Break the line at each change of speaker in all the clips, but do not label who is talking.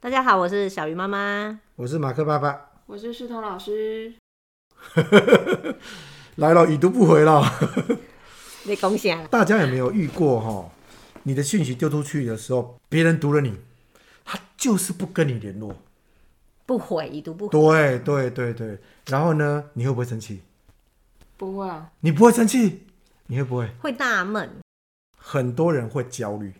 大家好，我是小鱼妈妈。
我是马克爸爸，
我是世彤老师。
来了已读不回了。
你恭喜啊！
大家有没有遇过哈、你的讯息丢出去的时候，别人读了你，他就是不跟你联络。
不悔，已读不悔。
对对对对，然后呢，你会不会生气？
不会啊，
你不会生气，你会不会？
会纳闷，
很多人会焦虑，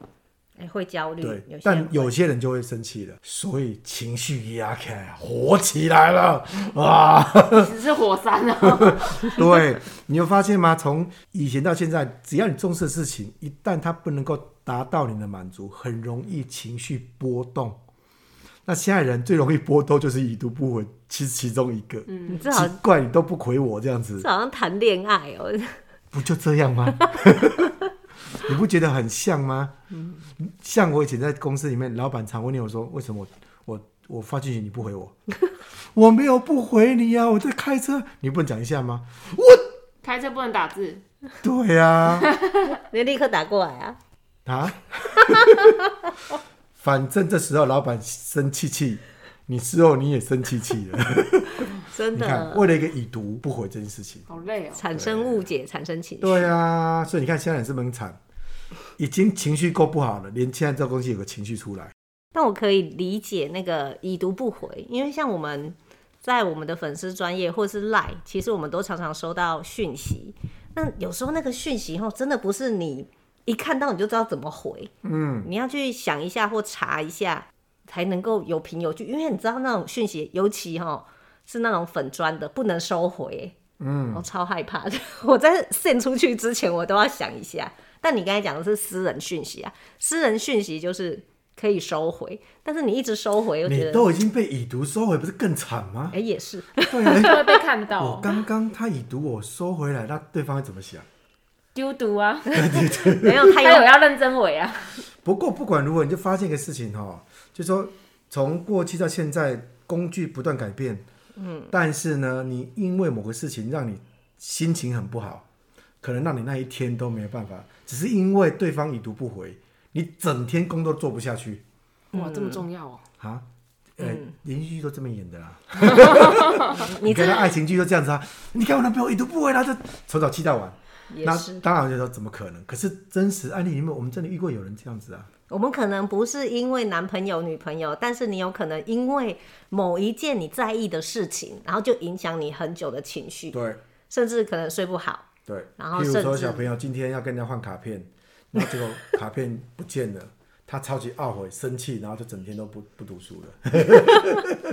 哎、会焦虑。
对，
有些人
但
会
有些人就会生气了，所以情绪压起来，火起来了啊！
只是火山啊。
对，你有发现吗？从以前到现在，只要你重视的事情，一旦它不能够达到你的满足，很容易情绪波动。那现在人最容易波动就是已读不回，其实其中一个。
你
奇
这好，
怪，你都不回我这样子
这，好像谈恋爱哦、
不就这样吗？你不觉得很像吗？
嗯
像我以前在公司里面，老板常问我说：“为什么我我我发信息你不回我？” 我没有不回你呀、我在开车，你不能讲一下吗？
开车不能打字，
对呀、
你立刻打过来啊！
啊， 反正这时候老板生气气，你事后你也生气气了。
真
你看，
的
为了一个已读不回这件事情，
好累哦。
产生误解，产生情绪。
对啊，所以你看现在人是不是很惨，已经情绪够不好了，连现在这东西有个情绪出来，
但我可以理解那个已读不回，因为像我们在我们的粉丝专业或是 Line，其实我们都常常收到讯息。那有时候那个讯息后真的不是你一看到你就知道怎么回，嗯，你要去想一下或查一下，才能够有凭有据。因为你知道那种讯息，尤其哈是那种粉砖的，不能收回，嗯，我超害怕的。 我在 send 出去之前，我都要想一下。但你刚才讲的是私人讯息啊，私人讯息就是可以收回，但是你一直收回，又觉
你
得
都已经被已读收回，不是更惨吗
哎、？也是，
对啊，
就会被看到
我
哦，
刚刚他已读我收回来，那对方会怎么想？
丢毒啊！
没有他
他
有
有要认真回啊，
不过不管如何，你就发现一个事情哈、哦，就说从过去到现在，工具不断改变，嗯，但是呢，你因为某个事情让你心情很不好，可能让你那一天都没有办法，只是因为对方已读不回，你整天工作做不下去
哇，这么重要哦。
啊。呃，连续剧都这么演的啊啦，
嗯你
看
真的
到爱情剧都这样子啊。你看我男朋友已读不回，他就从早气到晚。
也
那
是。
当然我就说怎么可能？可是真实案例里面，我们真的遇过有人这样子啊。
我们可能不是因为男朋友、女朋友，但是你有可能因为某一件你在意的事情，然后就影响你很久的情绪，
对，
甚至可能睡不好。
对，
然后
譬如
甚
说
至
小朋友今天要跟人家换卡片，然后结果卡片不见了，他超级懊悔、生气，然后就整天都不不读书了，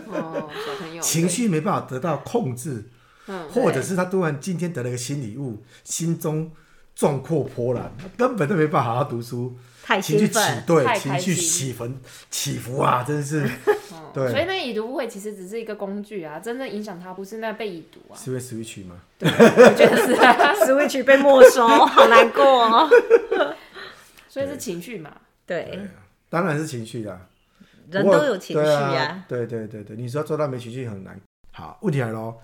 哦，小朋友，
情绪没办法得到控制，
嗯，
或者是他突然今天得了个新礼物，心中壮阔波澜，根本都没办法好好读书，
太
情绪
兴
起
奋，
对
太
情
开
绪
心
起伏起伏啊，真是
哦
对
所以那已读不回其实只是一个工具啊，真正影响他不是那被已读啊，
是会 switch 吗？
我觉得 是啊，
，Switch 被没收，好难过 哦。
所以是情绪嘛。
对，
当然是情绪啦。
人
不过
都有情绪
对
啊
啊。对对对对，你说做到没情绪很难。好，问题来喽，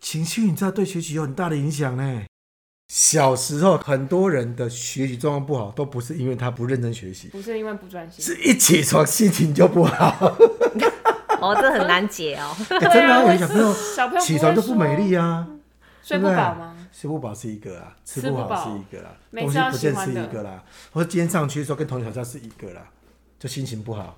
情绪你知道对学习有很大的影响呢。小时候很多人的学习状况不好，都不是因为他不认真学习，
不是因为不专心，
是一起床心情就不 好。
哦，这很难解哦。
哎真的、
啊
啊，有小朋友
我是小朋友不会
起床就不
说
美丽啊，
睡不
对对
饱吗？
睡不饱是一个啦，吃
吃
不
不
好
饱
是一个啦，
每
东西
次要
不
喜
见
欢
是一
的
个啦，或者今天上去的时候跟同学吵架是一个啦，就心情不好，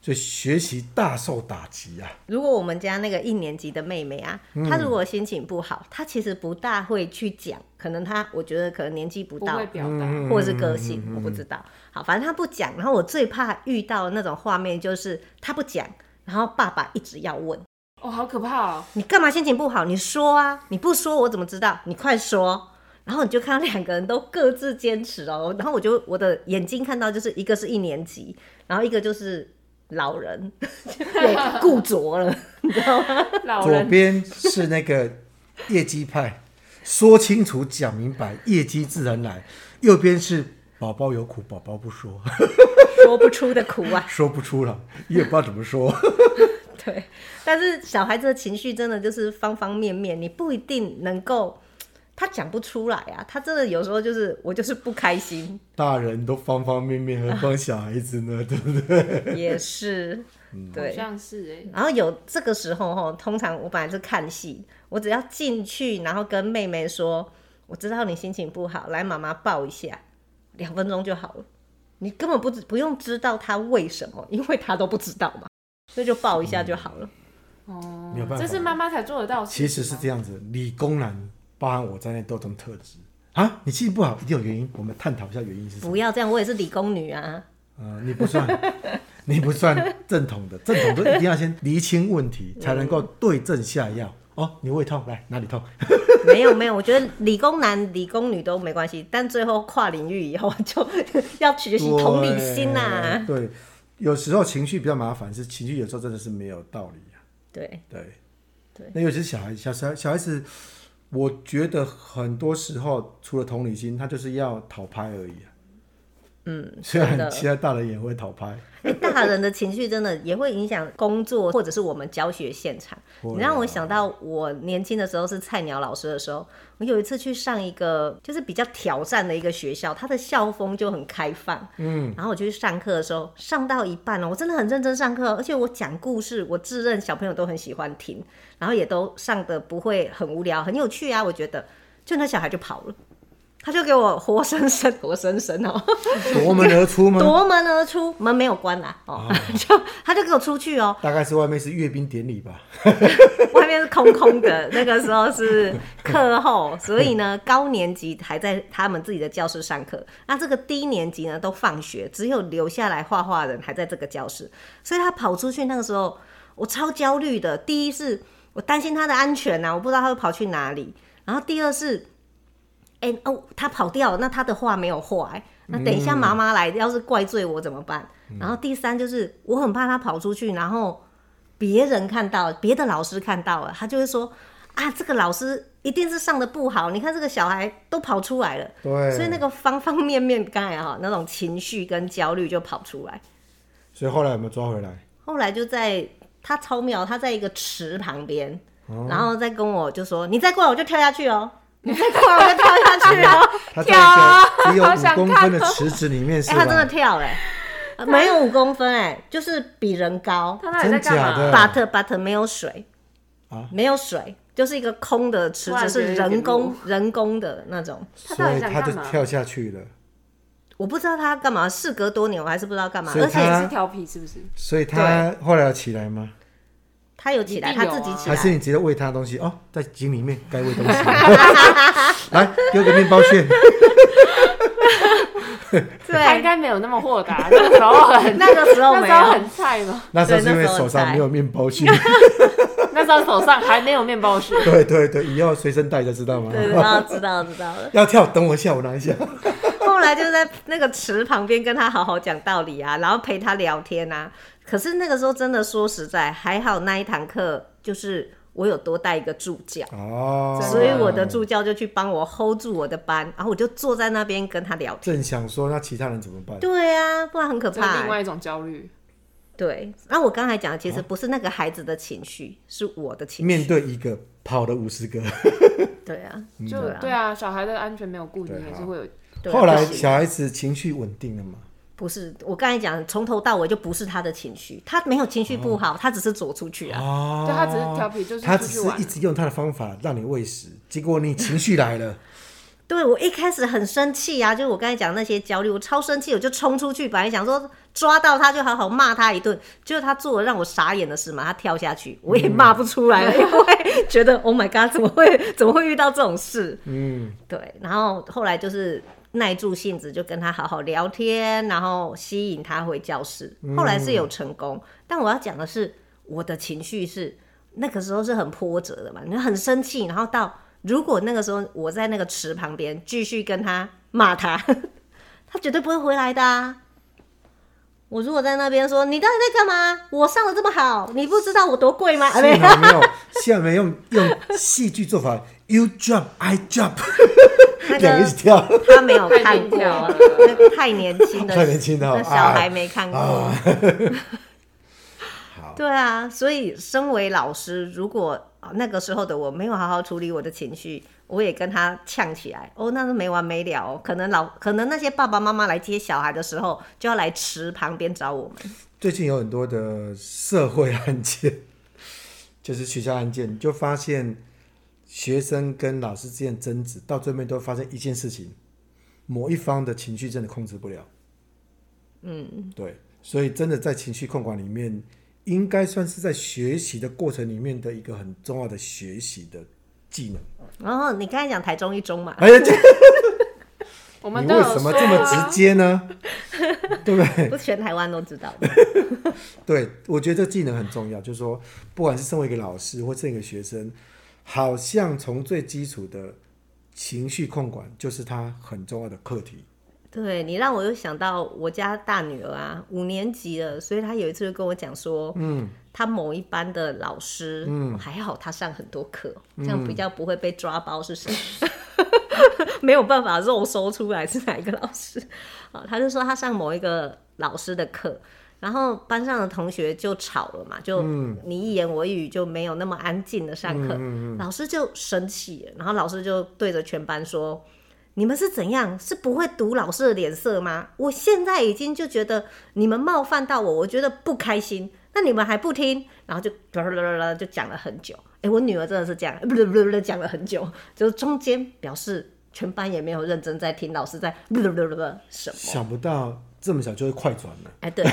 所以学习大受打击啊。
如果我们家那个一年级的妹妹啊，
嗯
她如果心情不好，她其实不大会去讲，可能她我觉得可能年纪不
不
到
会，表
嗯
达，
啊或者是个性，我不知道。好，反正她不讲。然后我最怕遇到那种画面，就是她不讲，然后爸爸一直要问
哦，好可怕哦。
你干嘛心情不好，你说啊，你不说我怎么知道？你快说。然后你就看到两个人都各自坚持哦，然后我就我的眼睛看到就是一个是一年级，然后一个就是老人， 也 固着了。
老
左
人
边是那个业绩派，说清楚讲明白，业绩自然来；右边是宝宝有苦，宝宝不说，
说不出的苦啊。
说不出了，也不知道怎么 说。
对，但是小孩子的情绪真的就是方方面面，你不一定能够他讲不出来啊，他真的有时候就是我就是不开心，
大人都方方面面，何况小孩子呢？ 对不对？
也是，
好
对。
像是哎、
然后有这个时候哈，通常我本来是看戏，我只要进去，然后跟妹妹说，我知道你心情不好，来妈妈抱一下，两分钟就好了。你根本不知不用知道他为什么，因为他都不知道嘛，所以就抱一下就好了。
哦，
没有办法
这是妈妈才做得到的事情
其
吗。
实是这样子，理工男包含我在内都有这种特质啊。你记忆不好一定有原因，我们探讨一下原因是什么
不。要这样，我也是理工女啊。
呃，你不算， 你不算正统的，正统都一定要先厘清问题，才能
嗯
够对症下药。哦，你胃痛，来哪里痛？
没有没有，我觉得理工男、理工女都没关系，但最后跨领域以后 就 要学习同理心呐、啊。
对，有时候情绪比较麻烦，是情绪有时候真的是没有道理啊、
对，
对，
对
那尤其是小孩，小小小孩子，我觉得很多时候除了同理心，他就是要讨拍而已、啊。嗯，虽
真
然
的
其他大人也会 讨拍，
哎大人的情绪真的也会影响工作或者是我们教学现场。
会啊
你让我想到我年轻的时候是菜鸟老师的时候，我有一次去上一个就是比较挑战的一个学校，它的校风就很开放。嗯，然后我就去上课的时候，上到一半哦，我真的很认真上课，而且我讲故事，我自认小朋友都很喜欢听，然后也都上的不会很无聊，很有趣啊，我觉得。就那小孩就跑了，他就给我活生生、活生生哦，
夺门而出吗？
夺门而出，门没有关啦，哦， 就他就给我出去哦，
大概是外面是阅兵典礼吧。
外面是空空的，那个时候是课后，所以呢，高年级还在他们自己的教室上课，那这个低年级呢都放学，只有留下来画画的人还在这个教室，所以他跑出去那个时候，我超焦虑的。第一是我担心他的安全啊呐、我不知道他会跑去哪里，然后第二是。哎、哦，他跑掉了，那他的画没有画、哎，那等一下妈妈来，要是怪罪我怎么办？然后第三就是我很怕他跑出去，然后别人看到，别的老师看到了，他就会说啊，这个老师一定是上的不好，你看这个小孩都跑出来了，
对，
所以那个方方面面，刚才哈那种情绪跟焦虑就跑出来。
所以后来有没有抓回来？
后来就在他超妙，他在一个池旁边，
哦
然后再跟我就说：“你再过来我就跳下去哦，你再过来我就跳下去哦。
他在
跳啊
一个只有
好想
五公
看
分的
哦
池子里 面是
哎，
吧？
他真的跳哎、呃没有五公分哎、就是比人高
他到底在干
真假的
嘛？
，but but 没有水
啊，
没有水，就是一个空的池
突
子，
然觉得
是
有
人
点
工人工的那种。
他
所
到
以
底想
他
干
就
嘛
啊
跳下去了。
我不知道他干嘛，事隔多年我还是不知道干嘛，
所以
而
而
且
且
他
也是调皮，是不是？
所以他后来有起来吗？
他有起来，
一定
他
有
自己
啊
起
还是
来。
你直接喂他东西？哦，在井里面该喂 东西。来，丢个面包屑。
他应
对，
该没有那么豁达，那时候 很
那个时候
那
没
时候
有。
很菜嘛，
那时候
对
是因为
那时候
手上没有面包屑。
那时候手上还没有面 包屑。
对对对，以后随身带着，知道吗？
对，知道知道知道了。
要跳，等我一下，我拿一下。
后来就在那个池旁边跟他好好讲道理啊，然后陪他聊天啊。可是那个时候真的说实在，还好那一堂课就是我有多带一个助教，
哦，
所以我的助教就去帮我 hold 住我的班，然后我就坐在那边跟他聊天。
正想说，那其他人怎么办？
对啊，不然很可
这是
怕、
另外一种焦虑，
对，那我刚才讲的其实不是那个孩子的情绪，是我的情绪。
面对一个跑了五十个，
对啊，
就
对啊
对啊，小孩的安全没有顾虑，
嗯对
也是
好
会有。
对啊
后来
不行
小孩子情绪稳定了嘛？
不是我刚才讲，从头到尾就不是他的情绪，他没有情绪不好，他只是走出去啊。
哦，
对他只是调皮，就是
他
出
只
去
是
玩
一。直用他的方法让你喂食，结果你情绪来了，
对我一开始很生气啊，就是我刚才讲那些焦虑，我超生气，我就冲出去，本来想说抓到他就好好骂他一顿，结果他做了让我傻眼的事嘛，他跳下去，我
嗯
也骂不出来了，因为 觉得 Oh my God，怎么会 怎么会遇到这种事？
嗯，
对，然后后来就是耐住性子，就跟他好好聊天，然后吸引他回教室，后来是有成功，但我要讲的是我的情绪是。那个时候是很波折的嘛，你很生气，然后到如果那个时候我在那个池旁边继续跟他骂他， 他绝对不会回来的、啊。我如果在那边说你到底在干嘛？我上的这么好，你不知道我多贵吗？
幸好没有，幸好没有用用戏剧做法，you jump I jump，
那
两个一
个
起跳，
他没有
太
看
低
过，
调了
那个太年轻的，
太年轻了啊
那小孩没看过。 对啊，所以身为老师，如果啊那个时候的我没有好好处理我的情绪，我也跟他呛起来，哦，那是没完没了、哦。可能老，可能那些爸爸妈妈来接小孩的时候，就要来池旁边找我们。
最近有很多的社会案件， 就是学校案件，就发现学生跟老师之间的争执，到最后面都发现一件事情，某一方的情绪真的控制不了。嗯，对，所以真的在情绪控管里面，应该算是在学习的过程里面的一个很重要的学习的技能。
啊
然后你刚才讲台中一中嘛，
哎呀，这
我们
你
都
为
有啊
什么
说
这么
啊
直接呢？对不对？
不是全台湾都知道 的。
对，我觉得这技能很重要，就是说，不管是身为一个老师或是一个学生，好像从最基础的情绪控管，就是他很重要的课题。
对你让我又想到我家大女儿啊，五年级了，所以她有一次就跟我讲说，嗯，她某一班的老师，嗯，还好她上很多课，这样比较不会被抓包是谁， 没有办法肉搜出来是哪一个老师。啊，她就说她上某一个老师的课。然后班上的同学就吵了嘛，就你一言我一语，就没有那么安静的上课。老师就生气了，然后老师就对着全班说：“你们是怎样？是不会读老师的脸色吗？我现在已经就觉得你们冒犯到我，我觉得不开心。那你们还不听，然后就啦啦啦啦就讲了很久。诶，我女儿真的是这样，不不不不讲了很久，就是中间表示全班也没有认真在听老师在不不不不什么。
想不到这么小就会快转了，
哎， 对。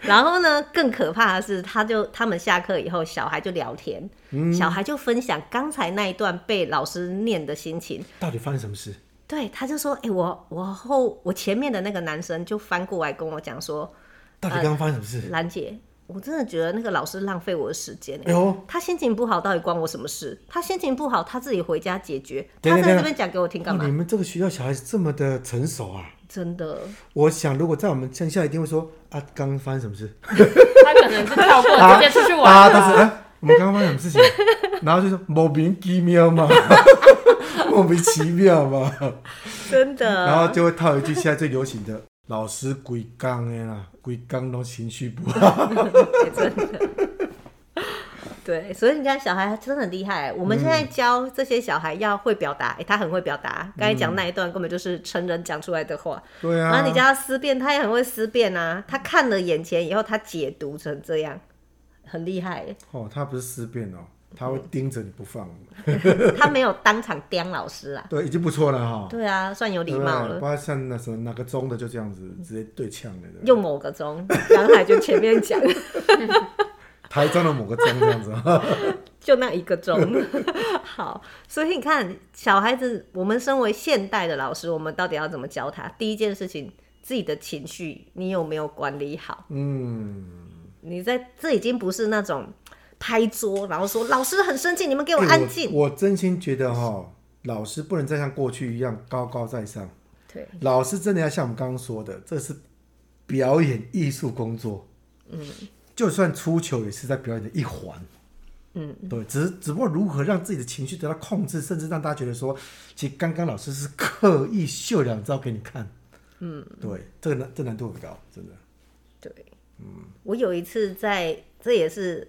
然后呢，更可怕的是，他就他们下课以后，小孩就聊天，
嗯
小孩就分享刚才那一段被老师念的心情。
到底发生什么事？
对，他就说：“哎、我我后我前面的那个男生就翻过来跟我讲说，
到底刚刚发生什么事？
兰姐，我真的觉得那个老师浪费我的时间、
哎
欸。
呦，
他心情不好，到底关我什么事？他心情不好，他自己回家解决。
等
他
等
在这
等
边讲给我听干
哇
嘛
你？们这个学校小孩子这么的成熟啊！
真 的，
我想，如果在我们乡下，一定会说啊，刚刚发生什么事？
他可能是跳过
啊
直接出去
啊，
玩
但是
了。
哎，我们刚刚发生什 么事情？然后就说莫名其妙嘛， 莫名其妙嘛。
真
然
的，
后就会套一句现在最流行的“老师鬼刚的啦，鬼刚都情绪不 好
也真的。 对，所以你看，小孩真的很厉害欸。我们现
嗯
在教这些小孩要会表达，哎、他很会表达。刚才讲那一段根本就是成人讲出来的话。”。
对嗯啊，
然后你叫他思辨，他也很会思辨啊。他看了眼前以后，他解读成这样，很厉害 耶。
哦，他不是思辨哦，他会盯着你不放，
他没有当场刁老师啊。
对，已经不错了哈、
对啊，算有礼
对不对
貌
不
了。
知道像那什么哪个中的就这样子直接对呛了的，
用某个钟，刚才就前面讲，
台中的某个中这样子。
就那一个钟。 好，所以你看，小孩子，我们身为现代的老师，我们到底要怎么教他？第一件事情，自己的情绪，你有没有管理好？
嗯，
你在这已经不是那种拍桌，然后说老师很生气，你们 给我
哎
安静。
我真心觉得哈、老师不能再像过去一样高高在上，
对，
老师真的要像我们刚刚说的，这是表演艺术工作。嗯，就算出糗也是在表演的一环。嗯，对，只是只不过如何让自己的情绪得到控制，甚至让大家觉得说，其实刚刚老师是刻意秀两招给你看。嗯，对，这个难，这难度很高，真的。
对，
嗯
我有一次在，这也是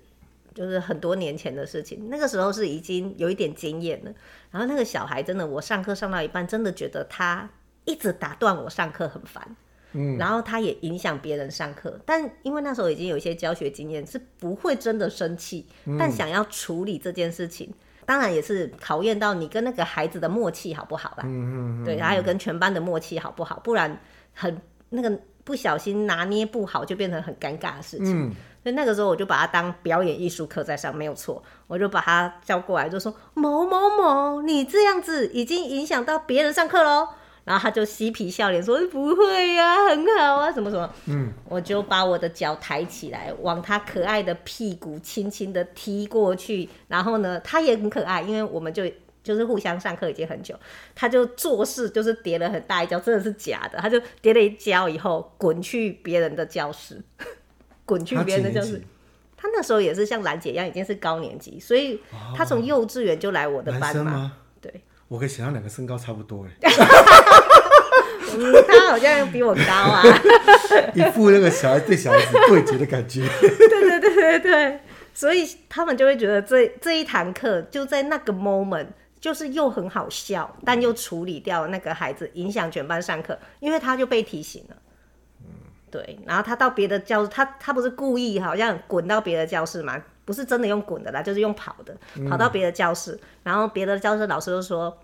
就是很多年前的事情，那个时候是已经有一点经验了。然后那个小孩真的，我上课上到一半，真的觉得他一直打断我上课很烦。嗯，然后他也影响别人上课，但因为那时候已经有一些教学经验，是不会真的生气，
嗯
但想要处理这件事情，当然也是考验到你跟那个孩子的默契好不好啦。
嗯嗯，
对，还有跟全班的默契好不好？不然很那个不小心拿捏不好，就变成很尴尬的事情。所以那个时候我就把它当表演艺术课在上，没有错。我就把他叫过来，就说某某某，你这样子已经影响到别人上课喽。然后他就嬉皮笑脸说：“不会呀、很好啊，什么什么。”嗯，我就把我的脚抬起来，往他可爱的屁股轻轻的踢过去。然后呢，他也很可爱，因为我们就就是互相上课已经很久，他就做事就是跌了很大一跤，真的是假的，他就跌了一跤以后滚去别人的教室， 滚去
他
别
几
人的
年
教室
级。？
他那时候也是像兰姐一样，已经是高年级，所以他从幼稚园就来我的
哦男
班
生
嘛。
吗？
对，
我可以想象两个身高差不多哎。
嗯，他好像比我高啊。
一副那个小孩对小孩子对决的感 觉。
对对对对，所以他们就会觉得这这一堂课就在那个 moment 就是又很好笑，但又处理掉那个孩子，影响全班上课，因为他就被提醒了。
嗯
对，然后他到别的教，他他不是故意好像滚到别的教室嘛，不是真的用滚的啦，就是用跑的，
嗯
跑到别的教室，然后别的教室老师就说：“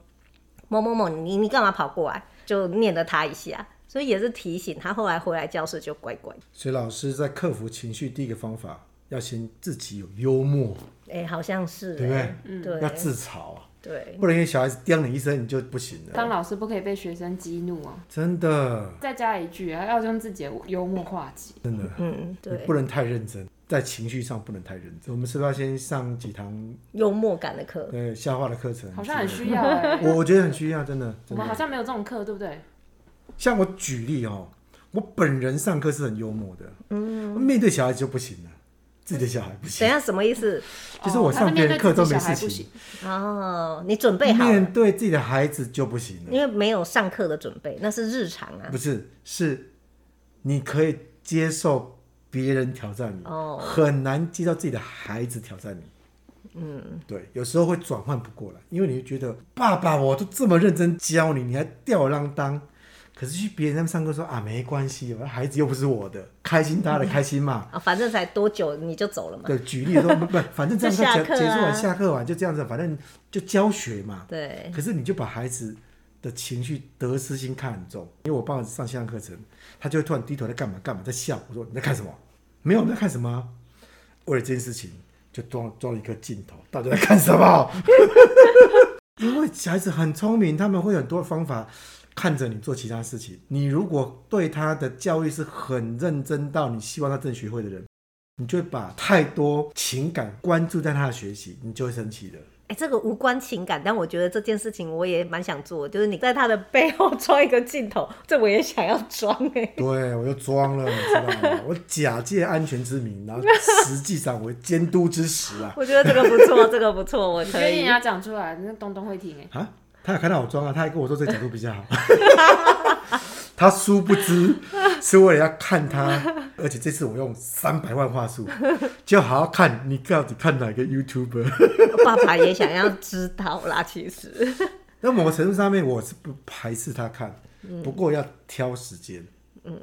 某某某，你你干嘛跑过来？”就念了他一下，所以也是提醒他。后来回来教室就乖乖。
所以老师在克服情绪第一个方法，要先自己有幽默，
哎、好像是、
对不对
哎对
要自嘲啊，
对，
不然因为小孩子叮你一声你就不行了，
当老师不可以被学生激怒哦。
真的
再加一句啊，要用自己的幽默化解。
真的。
嗯，
你
对，
不能太认真，在情绪上不能太认真。我们是不是要先上几堂
幽默感的课，
呃消化的课程？
好像很需要哎、
我我觉得很需要，真的。
我
真
们好
的。
像没有这种课，对不对？
像我举例哦，我本人上课是很幽默的，嗯，面对小孩就不行了，自己的小孩不行
等一。下什么意思？
就是我
哦他
上
是
别
面
人
对
课
自
都
己
没
小孩不
事
行
情，，
哦，你准备好了，
面对自己的孩子就不行了。
因为没有上课的准备，那是日常啊
不。是，是你可以接受别人挑战你，
哦
很难接受自己的孩子挑战你。嗯，对，有时候会转换不过来，因为你会觉得爸爸我都这么认真教你，你还吊儿郎当。可是去别人那边上课说啊，没关系，我的孩子又不是我的，开心他的开心嘛。
啊、反正才多久你就走了嘛。
对，举例说不不，反正这样
就下
结
课啊
结束完下课完就这样子，反正就教学嘛。
对，
可是你就把孩子的情绪得失心看很重，因为我爸上线上课程，他就会突然低头在干嘛干嘛在笑，我说你在看什么？没有，你在看什么啊？为了这件事情就装装了一颗镜头，到底在看什么？ 因为小孩子很聪明，他们会有很多方法看着你做其他事情。你如果对他的教育是很认真到你希望他真的学会的人，你就会把太多情感关注在他的学习，你就会生气的。
哎、这个无关情感，但我觉得这件事情我也蛮想做，就是你在他的背后装一个镜头，这我也想要装哎、
对，我又装了，你知道吗？我假借安全之名，然后实际上我监督之实啊
我觉得这个不错，这个不错，我
你啊觉
可
得你
以。
要讲出来，那东东会听哎、
啊！他有看到我装啊，他还跟我说这个角度比较好。 他殊不知是为了要看他，而且这次我用三百万话术，就好好看你到底看哪个 YouTuber。
爸爸也想要知道啦，其实。
那某个程度上面，我是不排斥他看，
嗯
不过要挑时间。嗯，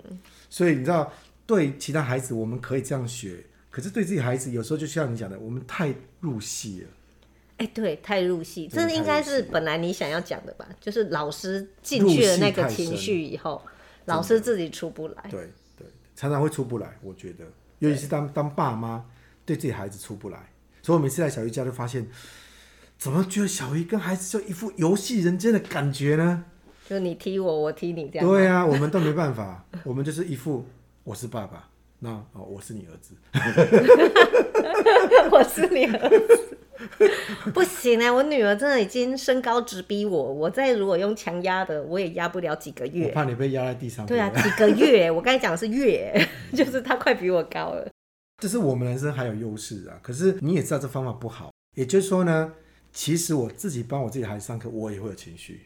所以你知道，对其他孩子我们可以这样学，可是对自己孩子有时候就像你讲的，我们太入戏了。
哎、对，太入戏，
对
这应该是本来你想要讲的吧？就是老师进去了那个情绪以后，老师自己出不来。
对对，常常会出不来，我觉得，尤其是当当爸妈对自己孩子出不来，所以我每次来小鱼家就发现，怎么觉得小鱼跟孩子就一副游戏人间的感觉呢？
就是你踢我，我踢你这样。
对啊，我们都没办法， 我们就是一副我是爸爸，那哦我是你儿子，
我是你儿子。 不行哎、我女儿真的已经身高直逼我，我再如果用强压的，我也压不了几个
我
月。
怕你被压在地上。
对啊，
不
几个月，我刚才讲的是月， 就是她快比我高了。
这是我们男生还有优势啊。可是你也知道这方法不好，也就是说呢，其实我自己帮我自己的孩子上课，我也会有情绪，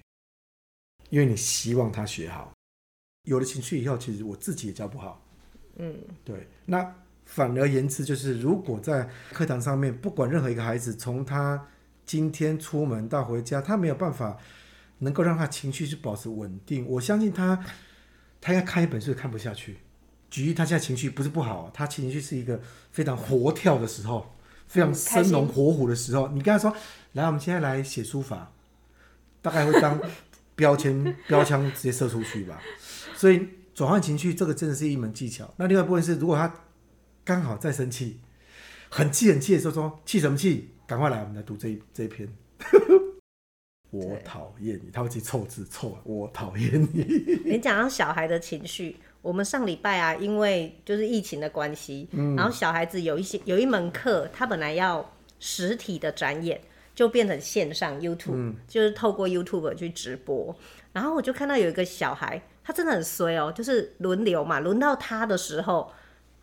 因为你希望他学好。有了情绪以后，其实我自己也教不好。
嗯，
对，那反而言之就是，如果在课堂上面，不管任何一个孩子，从他今天出门到回家，他没有办法能够让他情绪是保持稳定，我相信他，他应该看一本书也看不下去。举例，他现在情绪不是不好，啊他情绪是一个非常活跳的时候，非常
嗯开
生
心
龙活虎的时候。你跟他说：“来，我们现在来写书法。”大概会当标签 标枪直接射出去吧。所以转换情绪这个真的是一门技巧。那另外一部分是，如果他刚好在生气，很气很气的时候说气什么气？赶快来，我们来读这一这一篇。我讨厌你，他会自己凑字凑完，我讨厌你。
你讲到小孩的情绪，我们上礼拜啊，因为就是疫情的关系，然后小孩子有一些有一门课，他本来要实体的展演，就变成线上 YouTube，、就是透过 YouTube 去直播。然后我就看到有一个小孩，他真的很衰哦，就是轮流嘛，轮到他的时候。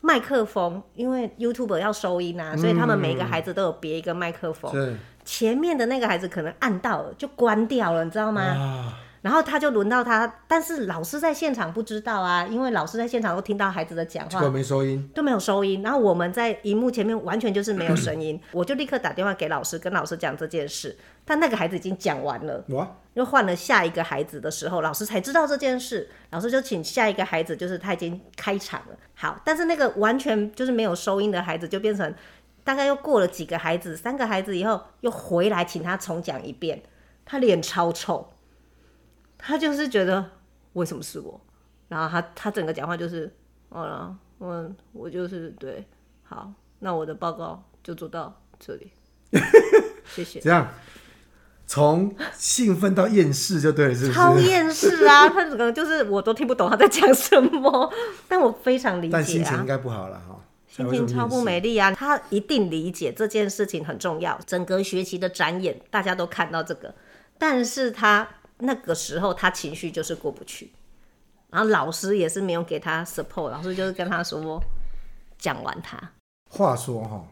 麦克风，因为 YouTube 要收音啊，所以他们每一个孩子都有别一个麦克风。
对
前面的那个孩子可能按到了，就关掉了，你知道吗？
啊，
然后他就轮到他，但是老师在现场不知道啊，因为老师在现场都听到孩子的讲
结
话
果，没收音，
都没有收音，然后我们在荧幕前面完全就是没有声音，我就立刻打电话给老师，跟老师讲这件事。但那个孩子已经讲完了，
哇，
又换了下一个孩子的时候，老师才知道这件事，老师就请下一个孩子，就是他已经开场了。好，但是那个完全就是没有收音的孩子，就变成大概又过了几个孩子，三个孩子以后又回来请他重讲一遍，他脸超臭，他就是觉得为什么是我？然后他他整个讲话就是，哦，我我就是对，好，那我的报告就做到这里，谢谢。
这样从兴奋到厌世就对了，是不
超
是？
厌世 啊！他整个就是我都听不懂他在讲什么， 但我非常理
但
解
心情应
啊。
该不好了哈，
心情超不美
美。
丽啊！他一定理解这件事情很重要。整个学期的展演，大家都看到这个，但是他那个时候他情绪就是过不去，然后老师也是没有给他 support，老师就是跟他说讲完他，
话说哈，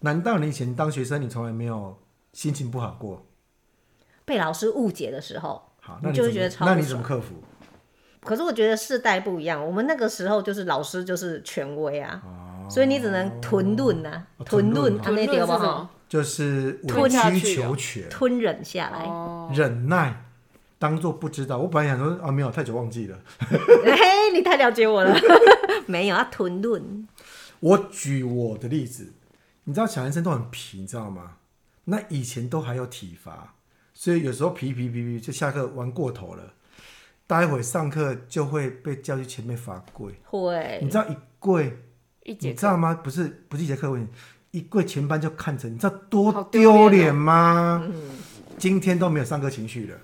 难道你以前当学生，你从来没有心情不好过？
被老师误解的时候，
好，那
你
你
就
怎
会
么
觉得超
那
不
你怎
爽
么克服？
可是我觉得世代不一样，我们那个时候就是老师就是权威啊，所以你只能吞论呐、
哦
吞论
吞论哦
啊，那
论
点
是
吧
什
哈，
么？
就是委
吞下
曲
去
求
哦
全，
吞忍下来。
哦，
忍耐，当做不知道。我本来想说啊，没有太久忘记了。
嘿，你太了解我了， 没有要吞论，
我举我的例子，你知道小男生都很皮，你知道吗？那以前都还有体罚，所以有时候皮皮皮皮就下课玩过头了，待会上课就会被叫去前面罚跪。
会
你知道一跪，
一
你
节
知道吗？不是不是一节课问题，一跪全班就看着，你知道多
好丢脸哦嗯
脸吗？今天都没有上课情绪了。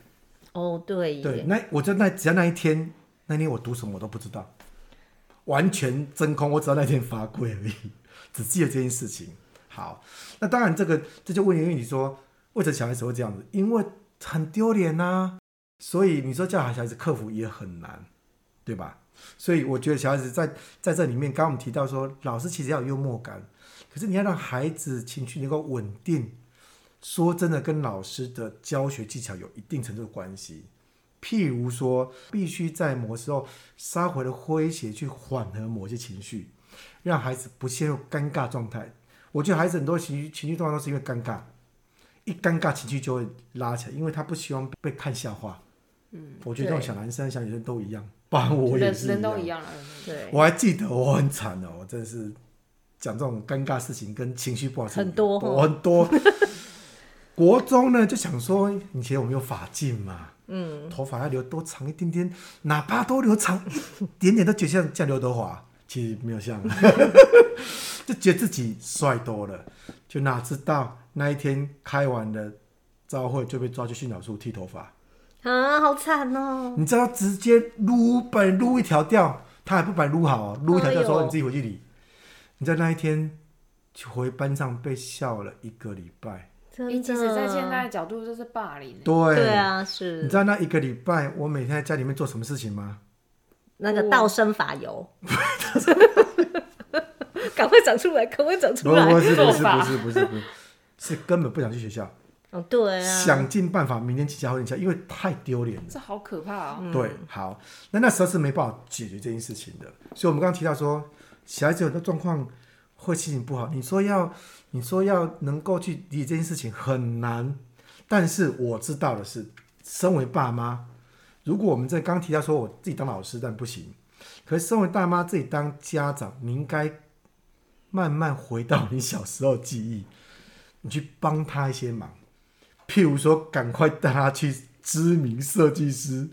哦，对
对，
耶，
那我就那只要那一天，那天我读什么我都不知道，完全真空，我只要那天罚跪而已，只记得这件事情。好，那当然这个这就问因为你说为什么小孩子会这样子？因为很丢脸呐、所以你说叫小孩子克服也很难，对吧？所以我觉得小孩子在在这里面，刚刚我们提到说，老师其实要有幽默感，可是你要让孩子情绪能够稳定。说真的，跟老师的教学技巧有一定程度的关系。譬如说，必须在某时候稍微的诙谐去缓和某些情绪，让孩子不陷入尴尬状态。我觉得孩子很多情绪情绪状态都是因为尴尬，一尴尬情绪就会拉起来，因为他不希望被看笑话。嗯，我觉得这种
对
小男生、小女生都一样，包含我也
人
是
人都
一
一
样。
样了。人都一样
对，
我还记得我很惨哦，我真的是讲这种尴尬事情跟情绪不好的事情
很多哦
我很多。 国中呢就想说，以前我们有发髻嘛，嗯，头发要留多长一点点，哪怕多留长一点点，都觉得像像刘德华，其实没有像， 就觉得自己帅多了，就哪知道那一天开完了招会就被抓去训导处剃头发。
啊，好惨哦，
你知道直接撸本撸一条掉，他还不把你撸好哦，撸一条掉
哎
之后
呦
你自己回去理。你在那一天回班上被笑了一个礼拜，
真
你
的，
其实，在现在的角度，就是霸凌欸。
对，
对啊，
你
是
知道那一个礼拜我每天在家里面做什么事情吗？
那个道生法 油，赶快长出来，赶快长
不
出来，
不是不
做
是
法
不是不是不是，是根本不想去学校，
哦，对啊，
想尽办法明天请假后天假，因为太丢脸了。
这好可怕哦！
对，好，那那时候是没办法解决这件事情的，所以我们刚刚提到说，小孩子有的状况会心情不好，你说要你说要能够去理解这件事情很难，但是我知道的是，身为爸妈，如果我们在刚刚提到说我自己当老师但不行，可是身为大妈自己当家长，你应该慢慢回到你小时候的记忆，你去帮他一些忙。譬如说，赶快带他去知名设计师，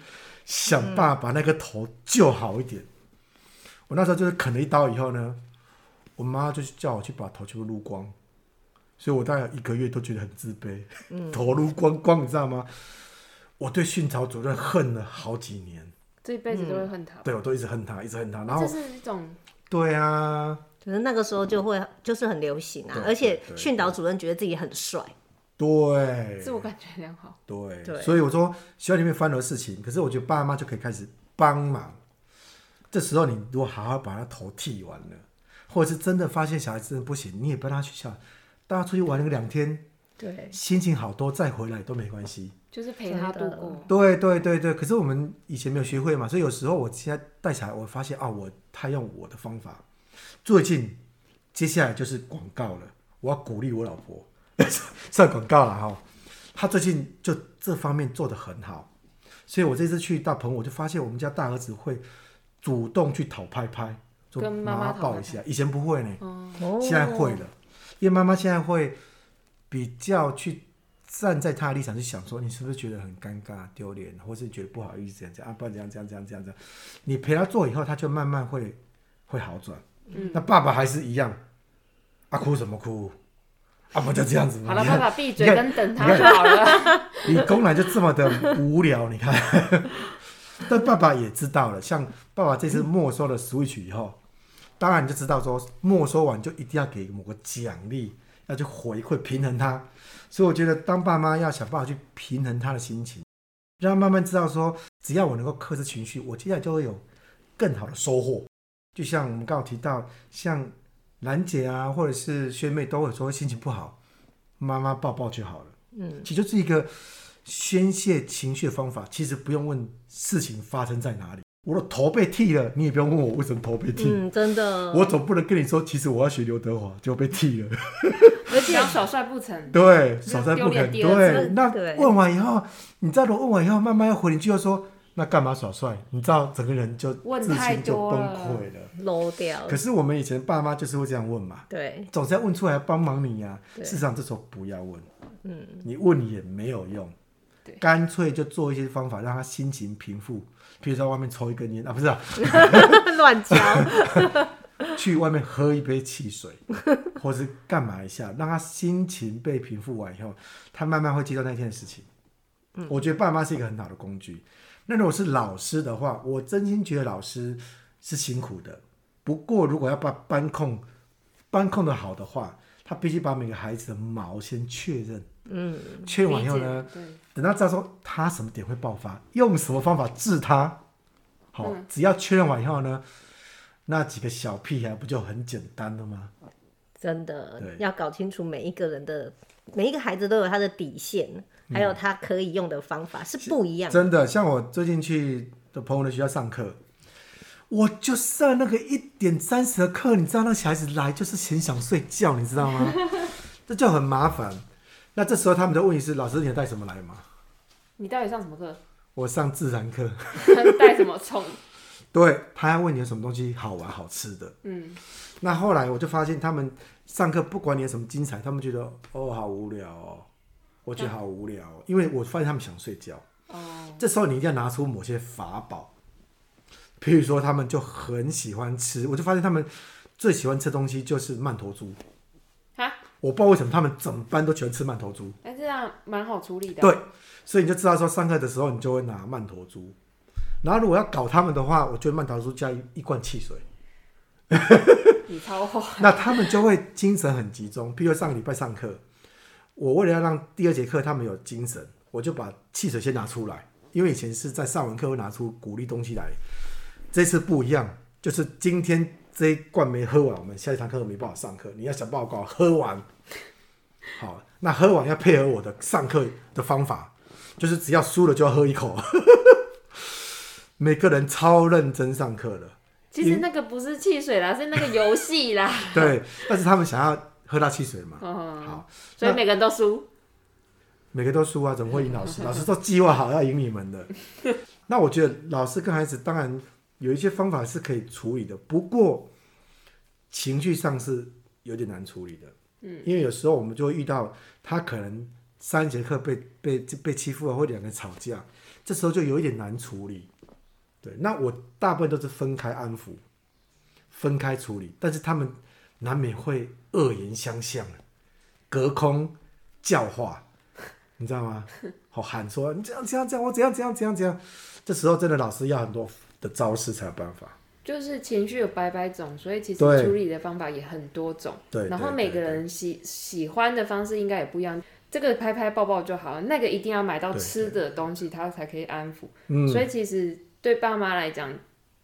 想办法把那个头救好一点。我那时候就是啃了一刀以后呢，我妈就叫我去把头全部撸光，所以我大概有一个月都觉得很自卑，
嗯
头撸光光，你知道吗？我对训导主任恨了好几年，
这一辈子都会恨他。
嗯对我都一直恨他，一直恨他。然
这
后，
是一种
对啊，
可是那个时候就会就是很流行啊
对，
而且
对对
训导主任觉得自己很帅，
对，
自我感觉良好。
对，
对
所以我说学校里面翻了事情，可是我觉得爸妈就可以开始帮忙。这时候你如果好好把他头剃完了，或者是真的发现小孩子真的不行，你也不要让他去学校，大家出去玩个两天，
对，
心情好多再回来都没关系。
就是陪他度
真的
过。
对对对对，可是我们以前没有学会嘛，所以有时候我现在带小孩，我发现啊，我他用我的方法。最近接下来就是广告了，我要鼓励我老婆 上广告了哈、她最近就这方面做得很好，所以我这次去大鹏，我就发现我们家大儿子会主动去讨拍拍，说
跟妈妈
妈
讨
抱
拍
一下，以前不会呢。
哦
现在会了，因为妈妈现在会比较去站在她的立场去想说，你是不是觉得很尴尬、丢脸，或是觉得不好意思这样这样啊？不然这样这样这样这样这样，你陪她做以后，她就慢慢会会好转。嗯，那爸爸还是一样，啊，哭什么哭？啊，不就这样子吗？
好了，
你
爸
看
爸闭嘴，
你
跟等他就好了。
理工男就这么的无聊，你看。 但爸爸也知道了，像爸爸这次没收了 Switch 以后，当然你就知道说，没收完就一定要给某个奖励，要去回馈平衡他。所以我觉得当爸妈要想办法去平衡他的心情，让他慢慢知道说，只要我能够克制情绪，我接下来就会有更好的收获。就像我们刚刚提到，像兰姐啊，或者是学妹都会说心情不好，妈妈抱抱就好了。
嗯，
其实就是一个宣泄情绪的方法。其实不用问事情发生在哪里，我的头被剃了，你也不用问我为什么头被剃。
嗯，真的，
我总不能跟你说，其实我要学刘德华就被剃了，
而且耍帅不成，
对，手在不
丢脸
肯。
第二
次
对，那
对
问完以后，你知道我问完以后，慢慢要回你句又说，那干嘛耍帅？你知道整个人就
问
自
太
信就
多
崩
了
溃了。
漏掉
可，是我们以前爸妈就是会这样问嘛，
对，
总是要问出来帮忙你呀、
对
事实上，这时候不要问，嗯，你问也没有用
对，
干脆就做一些方法让他心情平复，比如在外面抽一根烟啊，不是、啊，
乱 教，
去外面喝一杯汽水，或是干嘛一下，让他心情被平复完以后，他慢慢会接受那天的事情。
嗯
我觉得爸妈是一个很好的工具。那如果是老师的话，我真心觉得老师是辛苦的。不过如果要把班控班控的好的话，他必须把每个孩子的毛先确认，
嗯，
确认完以后呢，
理解？
等到知道说他什么点会爆发，用什么方法治他，好、
嗯
只要确认完以后呢，那几个小屁孩不就很简单了吗？
真的
对
要搞清楚每一个人的每一个孩子都有他的底线，还有他可以用的方法是不一样的。
嗯真的，像我最近去的朋友的学校上课，我就上那个一点三十的课，你知道那小孩子来就是很想睡觉，你知道吗？这就很麻烦。那这时候他们的问题是：老师，你有带什么来吗？
你到底上什么课？
我上自然课，
带什么宠？
对他还问你有什么东西好玩好吃的。
嗯，
那后来我就发现，他们上课不管你有什么精彩，他们觉得哦好无聊哦，我觉得好无聊、哦，因为我发现他们想睡觉。
哦，
这时候你一定要拿出某些法宝，譬如说他们就很喜欢吃，我就发现他们最喜欢吃的东西就是曼陀珠。
哈，
我不知道为什么他们整班都喜欢吃曼陀珠，
哎，这样蛮好处理的。
对，所以你就知道说上课的时候你就会拿曼陀珠。然后如果要搞他们的话，我就会曼陀珠加一一罐汽水。
你超好，
那他们就会精神很集中。譬如上个礼拜上课，我为了要让第二节课他们有精神，我就把汽水先拿出来，因为以前是在上完课会拿出鼓励东西来，这次不一样，就是今天这一罐没喝完，我们下一堂课没办法上课，你要想办法搞喝完。好，那喝完要配合我的上课的方法，就是只要输了就要喝一口。 每个人超认真上课了。
其实那个不是汽水啦，是那个游戏啦。
对，但是他们想要喝到汽水嘛。
嗯，
好，
所以每个人都输。
每个都输啊，怎么会赢老师？老师都计划好要赢你们的。 那我觉得老师跟孩子当然有一些方法是可以处理的，不过情绪上是有点难处理的。嗯，因为有时候我们就会遇到他可能上一节课被被被欺负啊了，或两个人吵架，这时候就有一点难处理。对，那我大部分都是分开安抚，分开处理，但是他们难免会恶言相向，啊隔空教化。你知道吗？好喊说你这样这样这样，我怎样怎样怎样怎样。这时候真的老师要很多的招式才有办法。
就是情绪有百百种，所以其实
对
处理的方法也很多种。
对
然后
对
每
对
个人喜喜欢的方式应该也不一样。这个拍拍抱抱就好了，那个一定要买到
对
吃的东西，他才可以安抚。
嗯，
所以其实对爸妈来讲，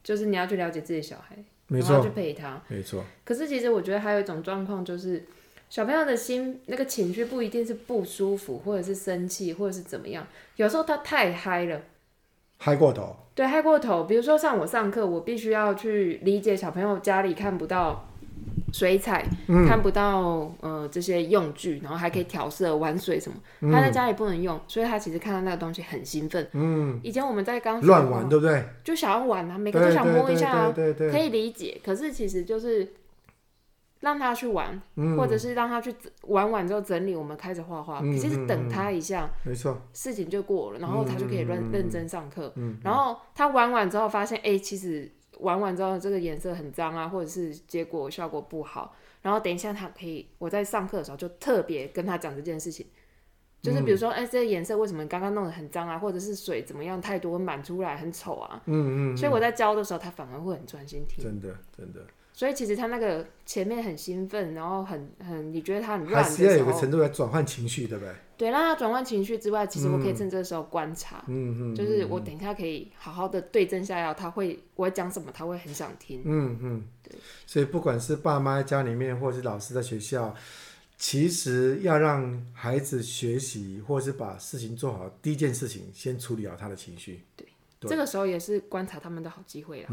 就是你要去了解自己的小孩，
没
然后
错
去陪他。
没错，
可是其实我觉得还有一种状况就是，小朋友的心那个情绪不一定是不舒服，或者是生气，或者是怎么样，有时候他太嗨了。
嗨过头，
对，嗨过头。比如说像我上课，我必须要去理解小朋友家里看不到水彩，
嗯
看不到呃这些用具，然后还可以调色、玩水什么。
嗯
他在家里不能用，所以他其实看到那个东西很兴奋。嗯，以前我们在刚学的
乱
时候
玩，对不对？
就想要玩啊，每
对
个
对
都想摸一下啊，
对对对
可
对
以理解。可是其实就是让他去玩，或者是让他去玩完之后整理，我们开始画画。
嗯
其实
嗯
等他一下，
没错，
事情就过了，然后他就可以认、认真上课。
嗯
然后他玩完之后发现，哎、其实玩完之后这个颜色很脏啊，或者是结果效果不好。然后等一下他可以，我在上课的时候就特别跟他讲这件事情，就是
嗯
比如说，哎、这个颜色为什么刚刚弄得很脏啊，或者是水怎么样太多满出来很丑啊。
嗯嗯，
所以我在教的时候，他反而会很专心听。
真的真的，
所以其实他那个前面很兴奋，然后很很你觉得他很
还
乱的
是要
时
有个
候，
程度来转换情绪，对不对？
对，让他转换情绪之外，其实我可
嗯
以趁这个时候观察。
嗯嗯
就是我等一下可以好好的对症下药，他会我讲什么，他会很想听。
嗯嗯，所以不管是爸妈在家里面，或是老师在学校，其实要让孩子学习，或是把事情做好，第一件事情先处理好他的情绪。对嗯
这个时候也是观察他们的好机会啦。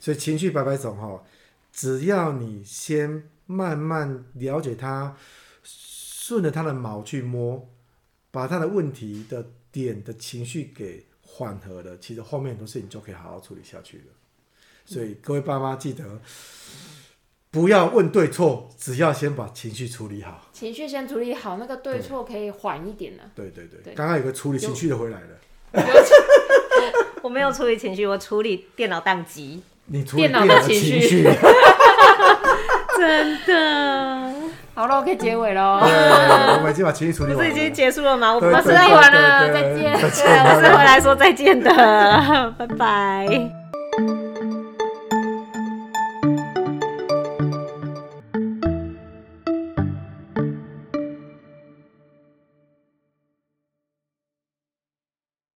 所以情绪百百种哈，只要你先慢慢了解他，顺着他的毛去摸，把他的问题的点的情绪给缓和了，其实后面很多事情就可以好好处理下去了。所以各位爸妈记得，不要问对错，只要先把情绪处理好。
情绪先处理好，那个对错可以缓一点 呢、
对对对，
对
刚刚有个处理情绪的回来了，
我没有处理情绪，我处理电脑宕机，
你处理
电脑的
电脑
情
情
绪
绪。
真的，
好了，可以结尾喽
对，。我们已经把情绪处理
不
完
是
了。
已经结束了吗？我
对
不
对
是
对
要
完了
对对
再
再
见
对，我是回来说再见的，拜拜。